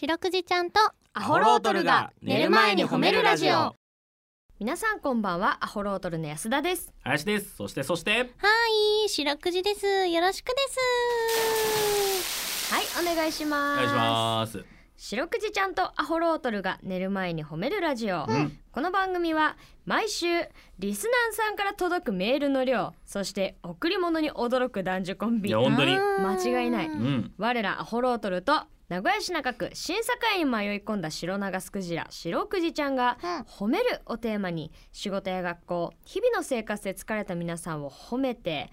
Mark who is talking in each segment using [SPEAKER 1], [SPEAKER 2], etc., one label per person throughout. [SPEAKER 1] 白くじちゃんと
[SPEAKER 2] アホロートルが寝る前に褒めるラジオ
[SPEAKER 3] 皆さんこんばんはアホロートルの安田です
[SPEAKER 2] 林ですそしてそして
[SPEAKER 1] はい白くじですよろしくです
[SPEAKER 3] はいお願いし
[SPEAKER 2] お
[SPEAKER 3] ます
[SPEAKER 2] 願いします
[SPEAKER 3] 白くじちゃんとアホロートルが寝る前に褒めるラジオ、この番組は毎週リスナーさんから届くメールの量そして贈り物に驚く男女コン
[SPEAKER 2] い
[SPEAKER 3] ビ
[SPEAKER 2] や本当に
[SPEAKER 3] 間違いないう
[SPEAKER 2] うんん
[SPEAKER 3] 我らアホロートルと名古屋市中区審査会に迷い込んだ白長スクジラ白くじちゃんが
[SPEAKER 1] うん
[SPEAKER 3] 「褒める」をテーマに仕事や学校日々の生活で疲れた皆さんを褒めて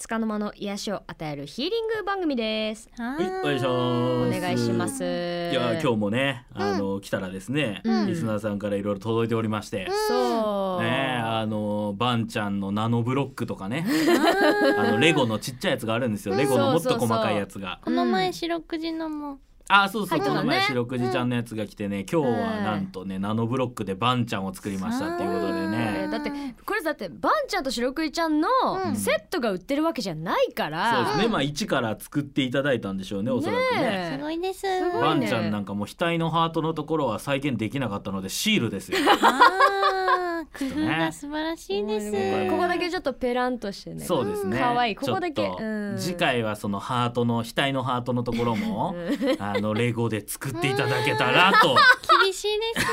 [SPEAKER 3] 束の間の癒しを与えるヒーリング番組です。
[SPEAKER 1] は
[SPEAKER 2] はいお願いし
[SPEAKER 3] お
[SPEAKER 2] ます
[SPEAKER 3] 願いします。
[SPEAKER 2] いや今日もねあの来たらですね
[SPEAKER 3] うん
[SPEAKER 2] リスナーさんからいろいろ届いておりまして
[SPEAKER 3] そう、
[SPEAKER 2] ねあのバンちゃんのナノブロックとかねあのレゴのちっちゃいやつがあるんですよレゴのもっと細かいやつが
[SPEAKER 1] この前白くじのも
[SPEAKER 2] あそうそう
[SPEAKER 3] 入っ
[SPEAKER 2] こ
[SPEAKER 3] てた
[SPEAKER 2] の
[SPEAKER 3] ね
[SPEAKER 2] 前白くじちゃんのやつが来てね今日はなんとねナノブロックでバンちゃんを作りましたっていうことでね
[SPEAKER 3] だってこれだってバンちゃんと白クイちゃんの
[SPEAKER 1] うん
[SPEAKER 3] セットが売ってるわけじゃない
[SPEAKER 2] そ
[SPEAKER 3] か
[SPEAKER 2] うで
[SPEAKER 3] ら、
[SPEAKER 2] すねまあ一から作っていただいたんでしょうねおそらくね
[SPEAKER 3] ね
[SPEAKER 1] すごいです
[SPEAKER 3] すごい
[SPEAKER 2] バ
[SPEAKER 3] ね
[SPEAKER 2] ンちゃんなんかもう額のハートのところは再現できなかったのでシール ですよ。
[SPEAKER 1] あー工夫が素晴らしいです、
[SPEAKER 2] ね
[SPEAKER 3] ここだけちょっとペランとしてね
[SPEAKER 2] そうですね。
[SPEAKER 3] 可愛いここだけ
[SPEAKER 2] ちょっと
[SPEAKER 3] うん
[SPEAKER 2] 次回はそのハートの額のハートのところも あのレゴで作っていただけたらと。
[SPEAKER 1] 厳しいです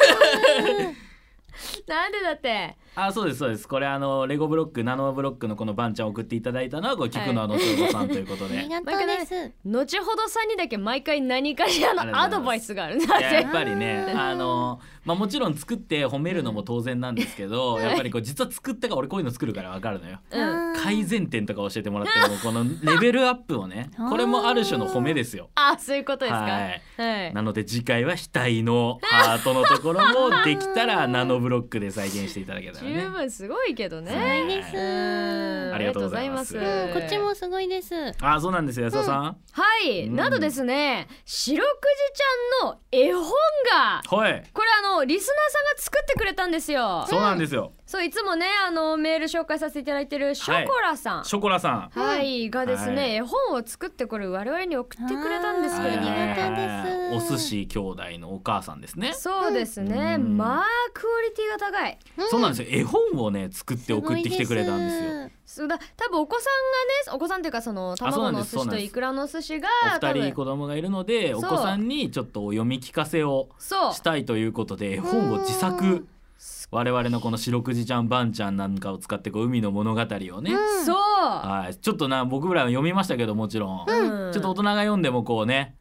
[SPEAKER 3] なんでだって
[SPEAKER 2] あそうですそうです。これあのレゴブロックナノブロックのこのバンちゃん送っていただいたのはこれ菊野の翔吾さんということ
[SPEAKER 1] あ
[SPEAKER 2] で。
[SPEAKER 1] りがとうです
[SPEAKER 3] 後ほどさんにだけ毎回何かしらのアドバイスがある ん
[SPEAKER 2] い
[SPEAKER 3] だっ
[SPEAKER 2] や
[SPEAKER 3] て
[SPEAKER 2] やっぱりねあの、まあ、もちろん作って褒めるのも当然なんですけど、やっぱりこう実は作ったから俺こういうの作るから分かるのよ。
[SPEAKER 3] うん
[SPEAKER 2] 改善点とか教えてもらってもこのレベルアップをね
[SPEAKER 1] あー
[SPEAKER 2] これもある種の褒めですよ。
[SPEAKER 3] あそういうことですか
[SPEAKER 2] はい
[SPEAKER 3] はい
[SPEAKER 2] なので次回は額のハートのところもできたらナノブロックで再現していただけたら
[SPEAKER 3] 十
[SPEAKER 2] ね。
[SPEAKER 3] 分すごいけど
[SPEAKER 2] は
[SPEAKER 3] ね
[SPEAKER 1] いいです、
[SPEAKER 3] うん
[SPEAKER 2] ありがとうございます
[SPEAKER 3] ありがとうございま
[SPEAKER 1] こっちもすごいです
[SPEAKER 2] あそうなんですよ安田さん。
[SPEAKER 3] はい、
[SPEAKER 2] うん
[SPEAKER 3] などですね白くじちゃんの絵本が
[SPEAKER 2] はい。
[SPEAKER 3] これあのリスナーさんが作ってくれたんですよ
[SPEAKER 2] そうなんですよ。
[SPEAKER 3] そういつもねあのメール紹介させていただいてるショコラさん、はい
[SPEAKER 2] ショコラさん。
[SPEAKER 3] がですね、
[SPEAKER 2] はい
[SPEAKER 3] 絵本を作ってこれ我々に送ってくれたんですけ
[SPEAKER 1] はい
[SPEAKER 3] どね、
[SPEAKER 1] ありがたい
[SPEAKER 2] はいお
[SPEAKER 1] です
[SPEAKER 2] 寿司兄弟のお母さんですね。
[SPEAKER 3] そうですね、
[SPEAKER 2] うん
[SPEAKER 3] まあクオリティが高い
[SPEAKER 2] そうなんですよ。絵本をね作って送ってきてくれたんですよ。
[SPEAKER 1] よ
[SPEAKER 3] そうだ多分お子さんがねお子さんというかその
[SPEAKER 2] そう
[SPEAKER 3] 卵
[SPEAKER 2] なん
[SPEAKER 3] のお
[SPEAKER 2] です
[SPEAKER 3] 寿
[SPEAKER 2] そうなん
[SPEAKER 3] 司と
[SPEAKER 2] です
[SPEAKER 3] いくらのお寿司が
[SPEAKER 2] お二人
[SPEAKER 3] 多分
[SPEAKER 2] 子供がいるので
[SPEAKER 3] そ
[SPEAKER 2] お
[SPEAKER 3] う
[SPEAKER 2] 子さんにちょっとお読み聞かせを
[SPEAKER 3] そう
[SPEAKER 2] したいということで絵本を自
[SPEAKER 1] うん
[SPEAKER 2] 作我々のこの白くじちゃんばんちゃんなんかを使ってこう海の物語をね、
[SPEAKER 1] うん
[SPEAKER 3] そう、
[SPEAKER 2] はいちょっとな僕らは読みましたけどもちろん、
[SPEAKER 3] うん
[SPEAKER 2] ちょっと大人が読んでもこうね、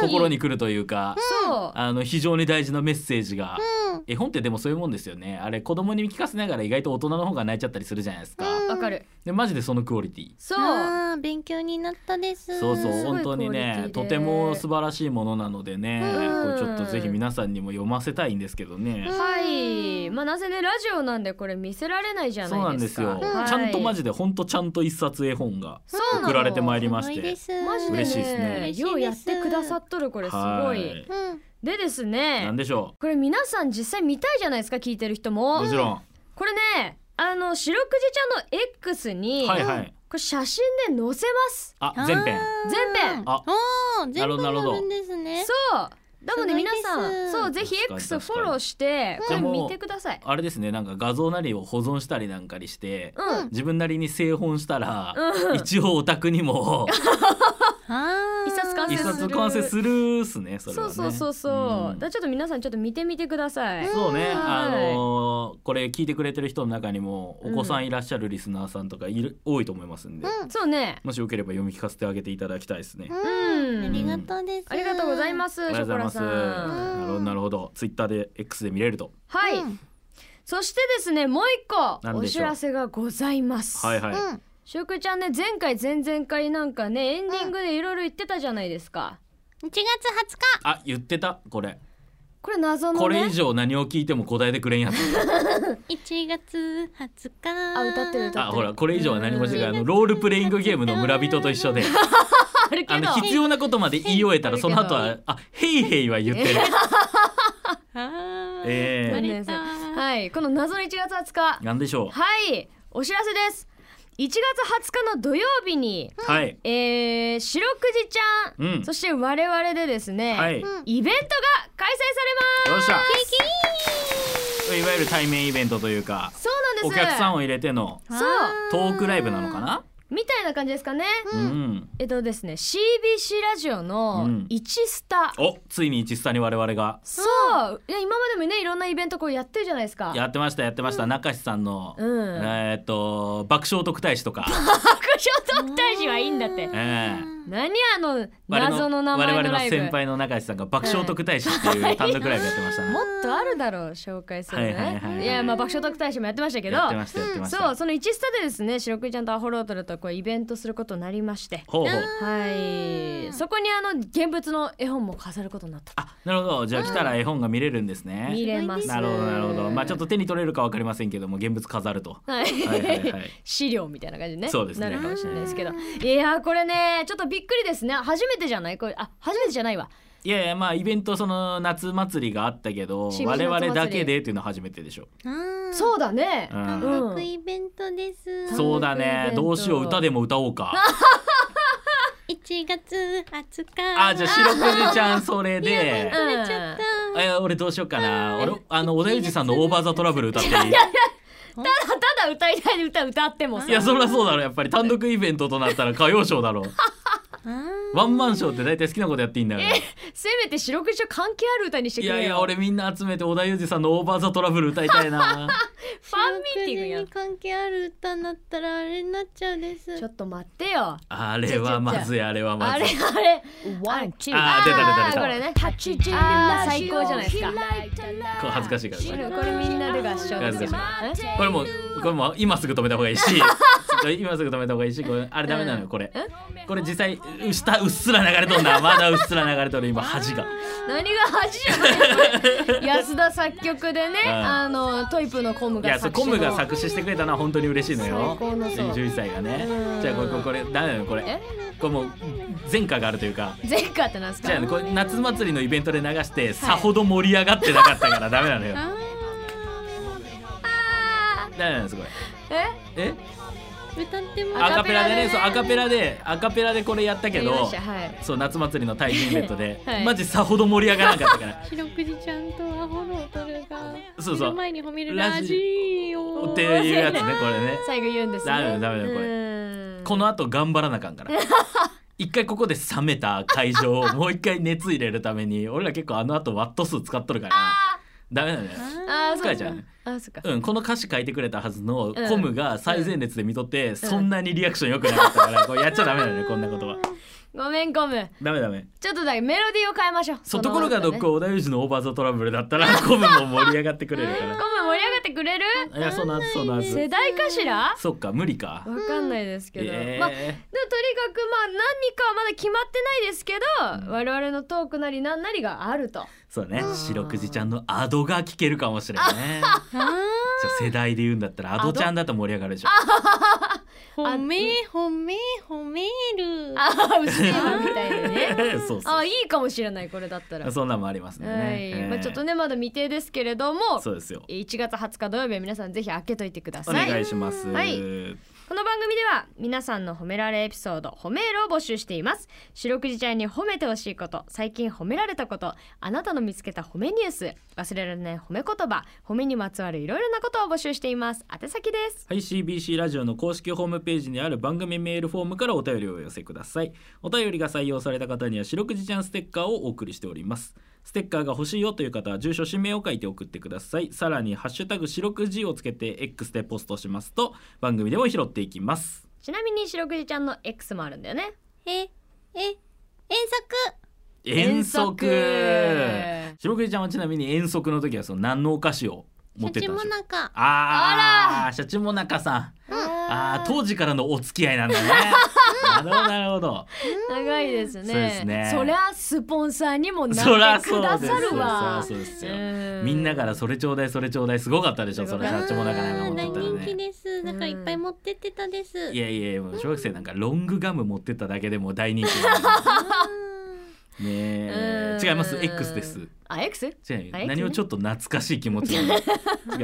[SPEAKER 2] 心に来るというか、
[SPEAKER 3] そう
[SPEAKER 2] あの非常に大事なメッセージが、
[SPEAKER 1] うん
[SPEAKER 2] 絵本ってでもそういうもんですよねあれ子供に聞かせながら意外と大人の方が泣いちゃったりするじゃないですか、
[SPEAKER 1] うん
[SPEAKER 3] わかる
[SPEAKER 2] でマジでそのクオリティ
[SPEAKER 3] そう
[SPEAKER 1] あー勉強になったです
[SPEAKER 2] そうそう
[SPEAKER 3] すごい
[SPEAKER 2] 本当に
[SPEAKER 3] クオ
[SPEAKER 2] ね
[SPEAKER 3] リティ
[SPEAKER 2] と
[SPEAKER 3] で
[SPEAKER 2] ても素晴らしいものなのでね、
[SPEAKER 3] うん
[SPEAKER 2] これちょっとぜひ皆さんにも読ませたいんですけどね、
[SPEAKER 3] はいまあなぜねラジオなんでこれ見せられないじゃ
[SPEAKER 2] そう
[SPEAKER 3] な
[SPEAKER 2] ないん
[SPEAKER 3] で
[SPEAKER 2] ですす
[SPEAKER 3] か
[SPEAKER 2] よ、ちゃんとマ
[SPEAKER 3] ジ
[SPEAKER 2] ジで本当ちゃんと一冊絵本が送られてまいりまし
[SPEAKER 1] すごいで
[SPEAKER 2] て
[SPEAKER 1] す
[SPEAKER 3] マジでね
[SPEAKER 2] 嬉しいですね
[SPEAKER 1] 嬉しいです
[SPEAKER 3] ようやってくださっとるこれすご
[SPEAKER 2] はい
[SPEAKER 1] うん
[SPEAKER 3] でです
[SPEAKER 2] な
[SPEAKER 3] ね
[SPEAKER 2] んでしょ
[SPEAKER 3] これ皆さん実際見たいじゃないですか聞いてる人
[SPEAKER 2] う
[SPEAKER 3] も
[SPEAKER 2] もちろん
[SPEAKER 3] これねあの白くじちゃんの X に、
[SPEAKER 2] はいはい
[SPEAKER 3] これ写真で載せます
[SPEAKER 2] あ全編
[SPEAKER 3] 全編
[SPEAKER 2] あ
[SPEAKER 1] おー
[SPEAKER 2] な
[SPEAKER 1] 全部
[SPEAKER 2] るほどなるほど
[SPEAKER 1] 部分ですね
[SPEAKER 3] そうなので皆さ
[SPEAKER 1] すごいです
[SPEAKER 3] んそうぜひ
[SPEAKER 2] 確かに
[SPEAKER 3] X を
[SPEAKER 2] 確か
[SPEAKER 3] フォ
[SPEAKER 2] に
[SPEAKER 3] ローしてこ
[SPEAKER 2] じゃあ
[SPEAKER 3] れ
[SPEAKER 2] もう
[SPEAKER 3] 見てください
[SPEAKER 2] あれですねなんか画像なりを保存したりなんかにして、
[SPEAKER 3] うん
[SPEAKER 2] 自分なりに製本したら、
[SPEAKER 3] うん
[SPEAKER 2] 一応お宅にも
[SPEAKER 1] あー
[SPEAKER 3] 一冊完成
[SPEAKER 2] 一
[SPEAKER 3] する
[SPEAKER 2] 冊完成するっすねそれ
[SPEAKER 3] そ
[SPEAKER 2] は
[SPEAKER 3] う
[SPEAKER 2] ね
[SPEAKER 3] そうそうそう、
[SPEAKER 2] ん
[SPEAKER 3] だからちょっと皆さんちょっと見てみてください、
[SPEAKER 2] そうね、あ
[SPEAKER 3] はい
[SPEAKER 2] のーこれ聞いてくれてる人の中にもお子さんいらっしゃるリスナーさんとかいる、多いと思いますんで、
[SPEAKER 1] うん
[SPEAKER 3] そうね
[SPEAKER 2] もしよければ読み聞かせてあげていただきたいですね。
[SPEAKER 1] うんあ
[SPEAKER 3] うん
[SPEAKER 1] りがとうです
[SPEAKER 3] ありがとうございますす
[SPEAKER 2] あり
[SPEAKER 3] シ
[SPEAKER 2] がとう
[SPEAKER 3] ョ
[SPEAKER 2] ござ
[SPEAKER 3] コ
[SPEAKER 2] い
[SPEAKER 3] ラ
[SPEAKER 2] ます。
[SPEAKER 3] さ
[SPEAKER 1] ん
[SPEAKER 2] なる
[SPEAKER 3] ん
[SPEAKER 2] ほどなるほど。ツイッターで X で見れると。
[SPEAKER 3] はい、そしてですねもう一個
[SPEAKER 2] 何
[SPEAKER 3] お
[SPEAKER 2] でし
[SPEAKER 3] 知
[SPEAKER 2] ょう
[SPEAKER 3] らせがございます
[SPEAKER 2] はいはい。
[SPEAKER 3] しょうくちゃんね前回前々回なんかねエンディングでいろいろ言ってたじゃないですか、
[SPEAKER 1] 1月20
[SPEAKER 2] あ言ってたこれ。
[SPEAKER 3] これ謎のね
[SPEAKER 2] これ以上何を聞いても答えてく れんやつ。
[SPEAKER 1] 日1月20日
[SPEAKER 3] あ歌ってる歌ってる
[SPEAKER 2] あほらこれ以上は何もしてないあ
[SPEAKER 1] うん
[SPEAKER 2] のロールプレイングゲームの村人と一緒で、
[SPEAKER 3] ある
[SPEAKER 2] あ
[SPEAKER 3] けど
[SPEAKER 2] の必要なことまで言い終えたらその後はあヘイヘイは言って る。
[SPEAKER 1] あー
[SPEAKER 2] え
[SPEAKER 1] バ
[SPEAKER 2] え
[SPEAKER 1] レた
[SPEAKER 3] はいこの謎の1月20日
[SPEAKER 2] なんでしょう。
[SPEAKER 3] はいお知らせです1月20日の土曜日に、
[SPEAKER 2] はい。
[SPEAKER 3] えー、白くじちゃん、
[SPEAKER 2] うん
[SPEAKER 3] そして我々でですね、
[SPEAKER 2] はい。
[SPEAKER 1] うん
[SPEAKER 2] よ
[SPEAKER 3] イベントが開催されま
[SPEAKER 2] っしゃ。
[SPEAKER 1] キ
[SPEAKER 2] いわゆる対面イベントというか、
[SPEAKER 3] すそう
[SPEAKER 2] お
[SPEAKER 3] なんです
[SPEAKER 2] 客さん
[SPEAKER 3] を
[SPEAKER 2] を入れての
[SPEAKER 1] ーン
[SPEAKER 3] そう
[SPEAKER 1] あ
[SPEAKER 2] トークライブなのかな？
[SPEAKER 3] みたいな感じですかね、
[SPEAKER 2] うん。
[SPEAKER 3] えっとですね CBC ラジオ
[SPEAKER 2] う
[SPEAKER 3] の
[SPEAKER 2] ん
[SPEAKER 3] 「一スタ」
[SPEAKER 2] お、ついに一スタに我々が
[SPEAKER 3] そういや今までもねいろんなイベントこうやってるじゃないですか
[SPEAKER 2] やってましたやってました。中志さんの、
[SPEAKER 3] うん
[SPEAKER 2] えーっと爆笑特待師とか、
[SPEAKER 3] 爆笑特待児はいいんだって
[SPEAKER 1] う
[SPEAKER 2] ええ
[SPEAKER 3] 何あの謎の名前
[SPEAKER 2] 我
[SPEAKER 3] の
[SPEAKER 2] 々
[SPEAKER 3] ラ
[SPEAKER 2] の
[SPEAKER 3] イブ
[SPEAKER 2] 先輩の中志さんが爆笑特待師っていう単独ライブやってましたね。
[SPEAKER 3] もっとあるだろう紹介するね、
[SPEAKER 2] はいはいはいはい
[SPEAKER 3] やまあ爆笑特待師もやってましたけど
[SPEAKER 2] やってましたやってました。
[SPEAKER 3] そうその「一スタ」でですね白くじちゃんとアホロートルとこうイベントすることになりまして
[SPEAKER 2] ほうほう。
[SPEAKER 3] はいそこにあの現物の絵本も飾ることになった
[SPEAKER 2] あ、なるほど。じゃあ来たら絵本が見れるんですね。
[SPEAKER 3] 見れます
[SPEAKER 2] なるほどなるほど。まあちょっと手に取れるかわかりませんけども現物飾 ると。
[SPEAKER 3] はい
[SPEAKER 2] はいはいはい。
[SPEAKER 3] 資料みたいな感じでね
[SPEAKER 2] そうですね
[SPEAKER 3] なるかもしれないですけどいやーこれねちょっとびっくりですね初めてじゃないこれあ初めてじゃないわ
[SPEAKER 2] いやいやまあイベントその夏祭りがあったけ ど
[SPEAKER 3] 清水
[SPEAKER 2] 我々
[SPEAKER 3] 夏祭り
[SPEAKER 2] だけでっていうのは初めてでしょ。
[SPEAKER 1] ー
[SPEAKER 3] そうだね
[SPEAKER 2] うん
[SPEAKER 1] 単独イベントです。
[SPEAKER 3] そう
[SPEAKER 2] そうだね。
[SPEAKER 3] イベント
[SPEAKER 2] どうしよう歌でも歌おう か。
[SPEAKER 1] 1月20日。
[SPEAKER 2] あじゃあ白くじちゃんそ れで。
[SPEAKER 1] 取れちゃった。
[SPEAKER 2] え俺どうしようかな。俺あの小田裕二さんのオーバーザトラブル歌っていい。
[SPEAKER 3] ただただ歌いたい歌歌ってもさ
[SPEAKER 2] いやそりゃそうだろやっぱり単独イベントとなったら歌謡ショーだ ろワンマンショーって大体好きなことやっていいんだよね
[SPEAKER 3] せめて白くじちゃん関係ある歌にして
[SPEAKER 2] い
[SPEAKER 3] くれよ
[SPEAKER 2] やいや俺みんな集めて小田裕二さんのオーバーザトラブル歌いたい な
[SPEAKER 3] ファンミーティングや
[SPEAKER 1] に関係ある歌になったらあれになっちゃうです。
[SPEAKER 3] ちょっと待ってよ
[SPEAKER 2] あれはまずいあれはま
[SPEAKER 3] あれ
[SPEAKER 2] ずい
[SPEAKER 3] あれ
[SPEAKER 4] ワン、ツー、
[SPEAKER 2] あー出た出た出た
[SPEAKER 3] あーこれねあー最高じゃないですか
[SPEAKER 2] これ恥ずかしいからこれ
[SPEAKER 3] これみんなで合唱
[SPEAKER 2] 恥ずかしい
[SPEAKER 3] え
[SPEAKER 2] これもうこれもう今すぐ止めた方がいいし 今すぐ止めた方がいいしこれあれダメなのよこれこれ実際下うっすら流れとん だまだうっすら流れとる今恥が
[SPEAKER 3] 何が恥じゃないこれ安田作曲でね
[SPEAKER 2] うん
[SPEAKER 3] あのトイプのコム
[SPEAKER 2] い
[SPEAKER 3] が
[SPEAKER 2] やそう
[SPEAKER 3] 作
[SPEAKER 2] コ
[SPEAKER 3] 詞の
[SPEAKER 2] ムが作詞してくれたのは本当に嬉しいのよ
[SPEAKER 3] 最高のそう
[SPEAKER 2] 11歳がね
[SPEAKER 3] うん
[SPEAKER 2] じゃあこれこれこれダメなのよこれ
[SPEAKER 3] え
[SPEAKER 2] これもう前科があるというか
[SPEAKER 3] 前科ってなんですか
[SPEAKER 2] じゃあねこれ夏祭りのイベントで流してさほど盛り上がってなかったからダメなのよ。
[SPEAKER 1] あ
[SPEAKER 2] ダメなんですこれ。
[SPEAKER 3] え
[SPEAKER 2] え？
[SPEAKER 1] ー歌っても
[SPEAKER 2] ア
[SPEAKER 3] あ
[SPEAKER 2] カペラでね、
[SPEAKER 3] アカペラでね
[SPEAKER 2] そうアカペラでアカペラでこれやったけ
[SPEAKER 3] やりま
[SPEAKER 2] ど
[SPEAKER 3] し、たはい、
[SPEAKER 2] そう夏祭りの対人イベントで
[SPEAKER 3] はい
[SPEAKER 2] マジさほど盛り上がらなかった から。
[SPEAKER 1] 白くじちゃんとアホロートルが
[SPEAKER 2] そうそう
[SPEAKER 1] 昼前に褒めるラジオ
[SPEAKER 2] っていうやつねこれね。
[SPEAKER 3] 最後言うんですね
[SPEAKER 2] ダメだよダメだよこれ
[SPEAKER 3] れ
[SPEAKER 2] この後頑張らなあかん から。一回ここで冷めた会場をもう一回熱入れるために俺ら結構あの後ワット数使っとるからダメなのよ。
[SPEAKER 3] あーそう
[SPEAKER 2] 疲れちゃうね
[SPEAKER 3] あそっか
[SPEAKER 2] うん、この歌詞書いてくれたはずの
[SPEAKER 3] うん
[SPEAKER 2] コムが最前列で見とって、そんなにリアクション良くなかったから、これやっちゃダメ だよねこんなことは
[SPEAKER 3] ごめんコム
[SPEAKER 2] ダメダメ
[SPEAKER 3] ちょっとだけメロディーを変えましょう
[SPEAKER 2] そうところがどっ
[SPEAKER 3] こ
[SPEAKER 2] こ小田裕二のオーバーザトラブルだったらコムも盛り上がってくれるか
[SPEAKER 3] コム盛り上がってくれる
[SPEAKER 2] らいやそうなんそうなん
[SPEAKER 3] 世代かしらわ
[SPEAKER 2] そっか無理か
[SPEAKER 3] かんないですけど
[SPEAKER 2] え
[SPEAKER 3] まあ
[SPEAKER 2] え
[SPEAKER 3] でとにかくまあ何かはまだ決まってないですけど我々のトークなり何なりがある と
[SPEAKER 2] そうだね白くじちゃんのアドが聞けるかもしれない ねじゃあ世代で言うんだったらアドちゃんだと盛り上がるでしょ
[SPEAKER 1] 褒め褒め褒める
[SPEAKER 3] ああうっせーわみたいなね
[SPEAKER 2] そうそ
[SPEAKER 3] あ
[SPEAKER 2] う
[SPEAKER 3] いいかもしれないこれだったら
[SPEAKER 2] そんなんもありますね、
[SPEAKER 3] はい、
[SPEAKER 2] ええ
[SPEAKER 3] まあちょっとねまだ未定ですけれども
[SPEAKER 2] そうですよ
[SPEAKER 3] 1月20日土曜日は皆さんぜひ開けといてくだ
[SPEAKER 2] お
[SPEAKER 3] さい
[SPEAKER 2] 願いします、
[SPEAKER 3] はいこの番組では皆さんの褒められエピソード褒めールを募集しています白くじちゃんに褒めてほしいこと最近褒められたことあなたの見つけた褒めニュース忘れられない褒め言葉褒めにまつわるいろいろなことを募集しています宛先です
[SPEAKER 2] はい、CBC ラジオの公式ホームページにある番組メールフォームからお便りをお寄せください。お便りが採用された方には白くじちゃんステッカーをお送りしております。ステッカーが欲しいよという方は住所氏名を書いて送ってください。さらにハッシュタグ白くじをつけて X でポストしますと番組でも拾っていきます。
[SPEAKER 3] ちなみに白くじちゃんの X もあるんだよね
[SPEAKER 1] ええ遠
[SPEAKER 2] 遠足
[SPEAKER 3] 遠
[SPEAKER 2] 白くじちゃんはちなみに遠足の時はその何のお菓子を持っ
[SPEAKER 1] 足
[SPEAKER 2] て
[SPEAKER 1] シャチ
[SPEAKER 2] った
[SPEAKER 1] モ
[SPEAKER 2] んでしょう
[SPEAKER 1] ナカ
[SPEAKER 2] ああ、シャチモナカさん。ああ、当時からのお付き合いなん だね。なるほど、なるほど。
[SPEAKER 3] 長いですね
[SPEAKER 2] そうですね
[SPEAKER 3] そりゃスポンサーにも
[SPEAKER 2] そ
[SPEAKER 3] な
[SPEAKER 2] ら
[SPEAKER 3] ってく
[SPEAKER 2] そ
[SPEAKER 3] だ
[SPEAKER 2] うです
[SPEAKER 3] さるわ
[SPEAKER 2] そうそうですよ
[SPEAKER 3] うん
[SPEAKER 2] みんなからそれちょうだいそれちょうだいすごかったでしょそれ
[SPEAKER 3] す
[SPEAKER 2] シャ
[SPEAKER 3] ごかった
[SPEAKER 2] チもなかなか持って
[SPEAKER 1] 大
[SPEAKER 2] たら
[SPEAKER 1] 人気
[SPEAKER 2] ね
[SPEAKER 1] ですだからいっぱい持ってってたです
[SPEAKER 2] いやいやもう小学生なんかロングガム持ってっただけでもう大人気ねえ
[SPEAKER 3] うーん
[SPEAKER 2] 違います X です
[SPEAKER 3] あ X?
[SPEAKER 2] 違う、
[SPEAKER 3] あ X ね
[SPEAKER 2] 何をちょっと懐かしい気持ちに違う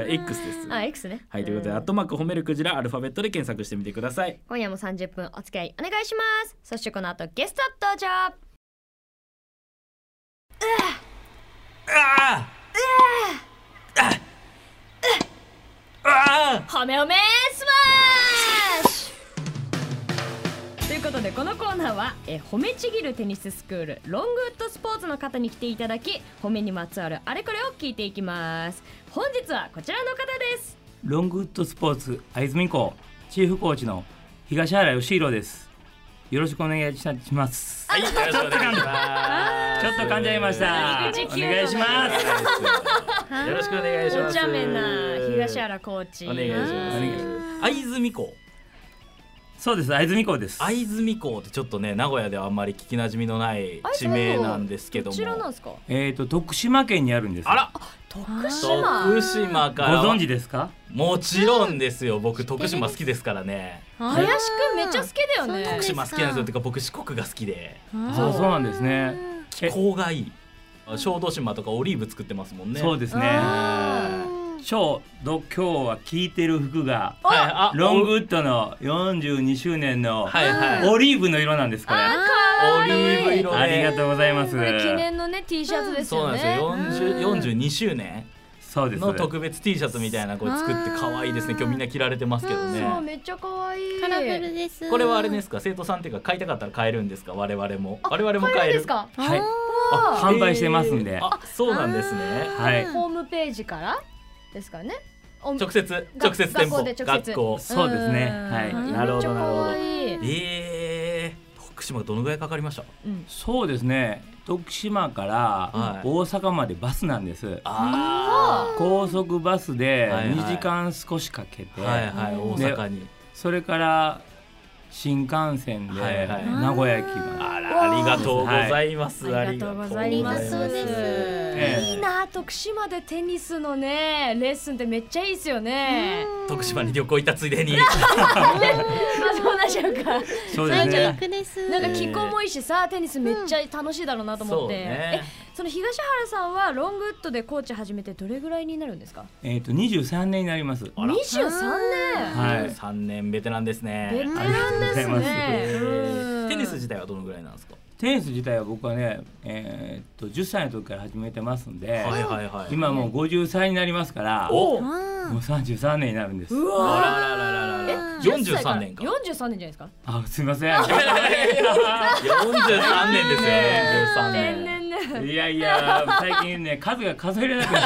[SPEAKER 2] X です
[SPEAKER 3] あ X ね
[SPEAKER 2] はいということで、
[SPEAKER 3] うん
[SPEAKER 2] アットマーク褒めるクジラアルファベットで検索してみてください
[SPEAKER 3] 今夜も30分お付き合いお願いしますそしてこの後ゲスト登場
[SPEAKER 2] あああ
[SPEAKER 3] ホメホメスマッシュということでこのコーナーは、えー褒めちぎるテニススクールロングウッドスポーツの方に来ていただき褒めにまつわるあれこれを聞いていきます本日はこちらの方です
[SPEAKER 4] ロングウッドスポーツ藍住校チーフコーチの東原義弘です。よろしくお願いします。
[SPEAKER 2] はい、ちょっと噛ん
[SPEAKER 4] あーちょっと噛んじゃいました。
[SPEAKER 3] 入り口
[SPEAKER 4] お
[SPEAKER 3] キュートだ
[SPEAKER 4] 願いします。
[SPEAKER 2] すよろしくお願いします
[SPEAKER 3] お茶目な東原コーチ
[SPEAKER 2] お願いします
[SPEAKER 4] お願いし
[SPEAKER 2] 藍住港
[SPEAKER 4] そうです。藍住校です。
[SPEAKER 2] 藍住港ってちょっとね名古屋ではあんまり聞きなじみのない
[SPEAKER 3] あ
[SPEAKER 2] 地名なんですけど
[SPEAKER 3] こちらなん
[SPEAKER 2] も
[SPEAKER 3] ですか
[SPEAKER 4] えっ、と徳島県にあるんです。
[SPEAKER 2] あら
[SPEAKER 3] 徳島
[SPEAKER 2] 徳島
[SPEAKER 4] ご
[SPEAKER 2] からは
[SPEAKER 4] 存知ですか？
[SPEAKER 2] もちろんですよ僕徳島好きですからね
[SPEAKER 1] あー
[SPEAKER 3] 林くんめっちゃ好きだよ
[SPEAKER 1] そう
[SPEAKER 3] ね
[SPEAKER 1] で
[SPEAKER 2] 徳
[SPEAKER 1] す
[SPEAKER 2] 島好きなんですよてか僕四国が好きで
[SPEAKER 1] あ
[SPEAKER 4] そうそうなんですね。
[SPEAKER 2] 気候がいい小豆島とかオリーブ作ってますもんね
[SPEAKER 4] そうですね。
[SPEAKER 3] あ
[SPEAKER 4] 超ど今日は着いてる服が
[SPEAKER 2] はいあ
[SPEAKER 4] ロングウッドの42周年の
[SPEAKER 2] はいはい
[SPEAKER 4] オリーブの色なんですこれ。
[SPEAKER 3] あ
[SPEAKER 4] あ
[SPEAKER 3] かわ
[SPEAKER 2] オ
[SPEAKER 3] い
[SPEAKER 2] リ
[SPEAKER 3] い
[SPEAKER 2] ーブ色で
[SPEAKER 4] りがとうございます
[SPEAKER 3] こ。れ記念のね T シャツです
[SPEAKER 2] そう
[SPEAKER 3] よ
[SPEAKER 2] なん
[SPEAKER 3] ね
[SPEAKER 2] ですよ40
[SPEAKER 3] うん
[SPEAKER 2] 42周年
[SPEAKER 4] そうです。
[SPEAKER 2] の特別 T シャツみたいなこれ作って可愛いですね今日みんな着られてますけど
[SPEAKER 3] そう
[SPEAKER 2] ね
[SPEAKER 3] めっちゃ可愛い
[SPEAKER 1] カラフルです
[SPEAKER 2] これはあれですか生徒さんっていうか買いたかったら買えるんですか我々も我々も
[SPEAKER 3] こ
[SPEAKER 2] 買え
[SPEAKER 3] れで
[SPEAKER 2] る
[SPEAKER 3] すか
[SPEAKER 4] はい。
[SPEAKER 3] あ
[SPEAKER 4] 販売してますんで。
[SPEAKER 2] あそうなんですね
[SPEAKER 1] あー
[SPEAKER 4] はい
[SPEAKER 3] ホームページからですかねお
[SPEAKER 2] 直接直接店舗
[SPEAKER 3] 学校で直接
[SPEAKER 2] 学校
[SPEAKER 4] そうですね
[SPEAKER 3] ん
[SPEAKER 4] はい
[SPEAKER 2] なるほどなるほど
[SPEAKER 3] めっちゃ可愛い
[SPEAKER 2] えー、徳島どのぐらいかかりました
[SPEAKER 3] うん
[SPEAKER 4] そうですね徳島から
[SPEAKER 2] はい
[SPEAKER 4] 大阪までバスなんです、
[SPEAKER 2] あ
[SPEAKER 4] 高速バスで
[SPEAKER 2] はいはい
[SPEAKER 4] 2時間少しかけて、
[SPEAKER 2] ーはいはい大
[SPEAKER 4] ね
[SPEAKER 2] 阪に
[SPEAKER 4] それから新幹線で
[SPEAKER 2] はいはい
[SPEAKER 4] 名古屋駅ま
[SPEAKER 2] あらありがとうございます、
[SPEAKER 3] はいありがとうございます
[SPEAKER 1] ありがとうございます
[SPEAKER 4] ええ
[SPEAKER 3] いいな徳島でテニスのねレッスンってめっちゃいいですよね
[SPEAKER 2] 徳島に旅行行ったついでに
[SPEAKER 3] まあそうなっちゃうか
[SPEAKER 4] でそうです
[SPEAKER 1] 最
[SPEAKER 4] ね
[SPEAKER 1] 弱です
[SPEAKER 3] なんか気候もいいしさテニスめっちゃ楽しいだろうなと思
[SPEAKER 2] そ
[SPEAKER 3] っ
[SPEAKER 2] う
[SPEAKER 3] てえ
[SPEAKER 2] ね
[SPEAKER 3] その東原さんはロングウッドでコーチ始めてどれぐらいになるんですか
[SPEAKER 4] えっ、と23年になります
[SPEAKER 2] あら
[SPEAKER 3] 23年
[SPEAKER 4] はい
[SPEAKER 2] 3年ベテランです
[SPEAKER 3] ベ
[SPEAKER 2] ね
[SPEAKER 3] テランです
[SPEAKER 4] あ
[SPEAKER 3] ね
[SPEAKER 4] りがとうございます
[SPEAKER 3] うん
[SPEAKER 2] テニス自体はどのぐらいなんですか
[SPEAKER 4] テニス自体は僕はね、えっと10歳の時から始めてますんで、
[SPEAKER 2] はいはいはい
[SPEAKER 4] 今もう50歳になりますからも
[SPEAKER 2] お
[SPEAKER 1] あ
[SPEAKER 4] う33年になるんです
[SPEAKER 3] う
[SPEAKER 2] あ
[SPEAKER 3] わ
[SPEAKER 2] らららららら
[SPEAKER 1] え
[SPEAKER 2] 43年か
[SPEAKER 3] 43年じゃないですか
[SPEAKER 4] あすい ません
[SPEAKER 2] 43年ですよ43
[SPEAKER 3] 年
[SPEAKER 2] 年
[SPEAKER 3] 々ね
[SPEAKER 4] いやいや最近ね数が数えれなくなっ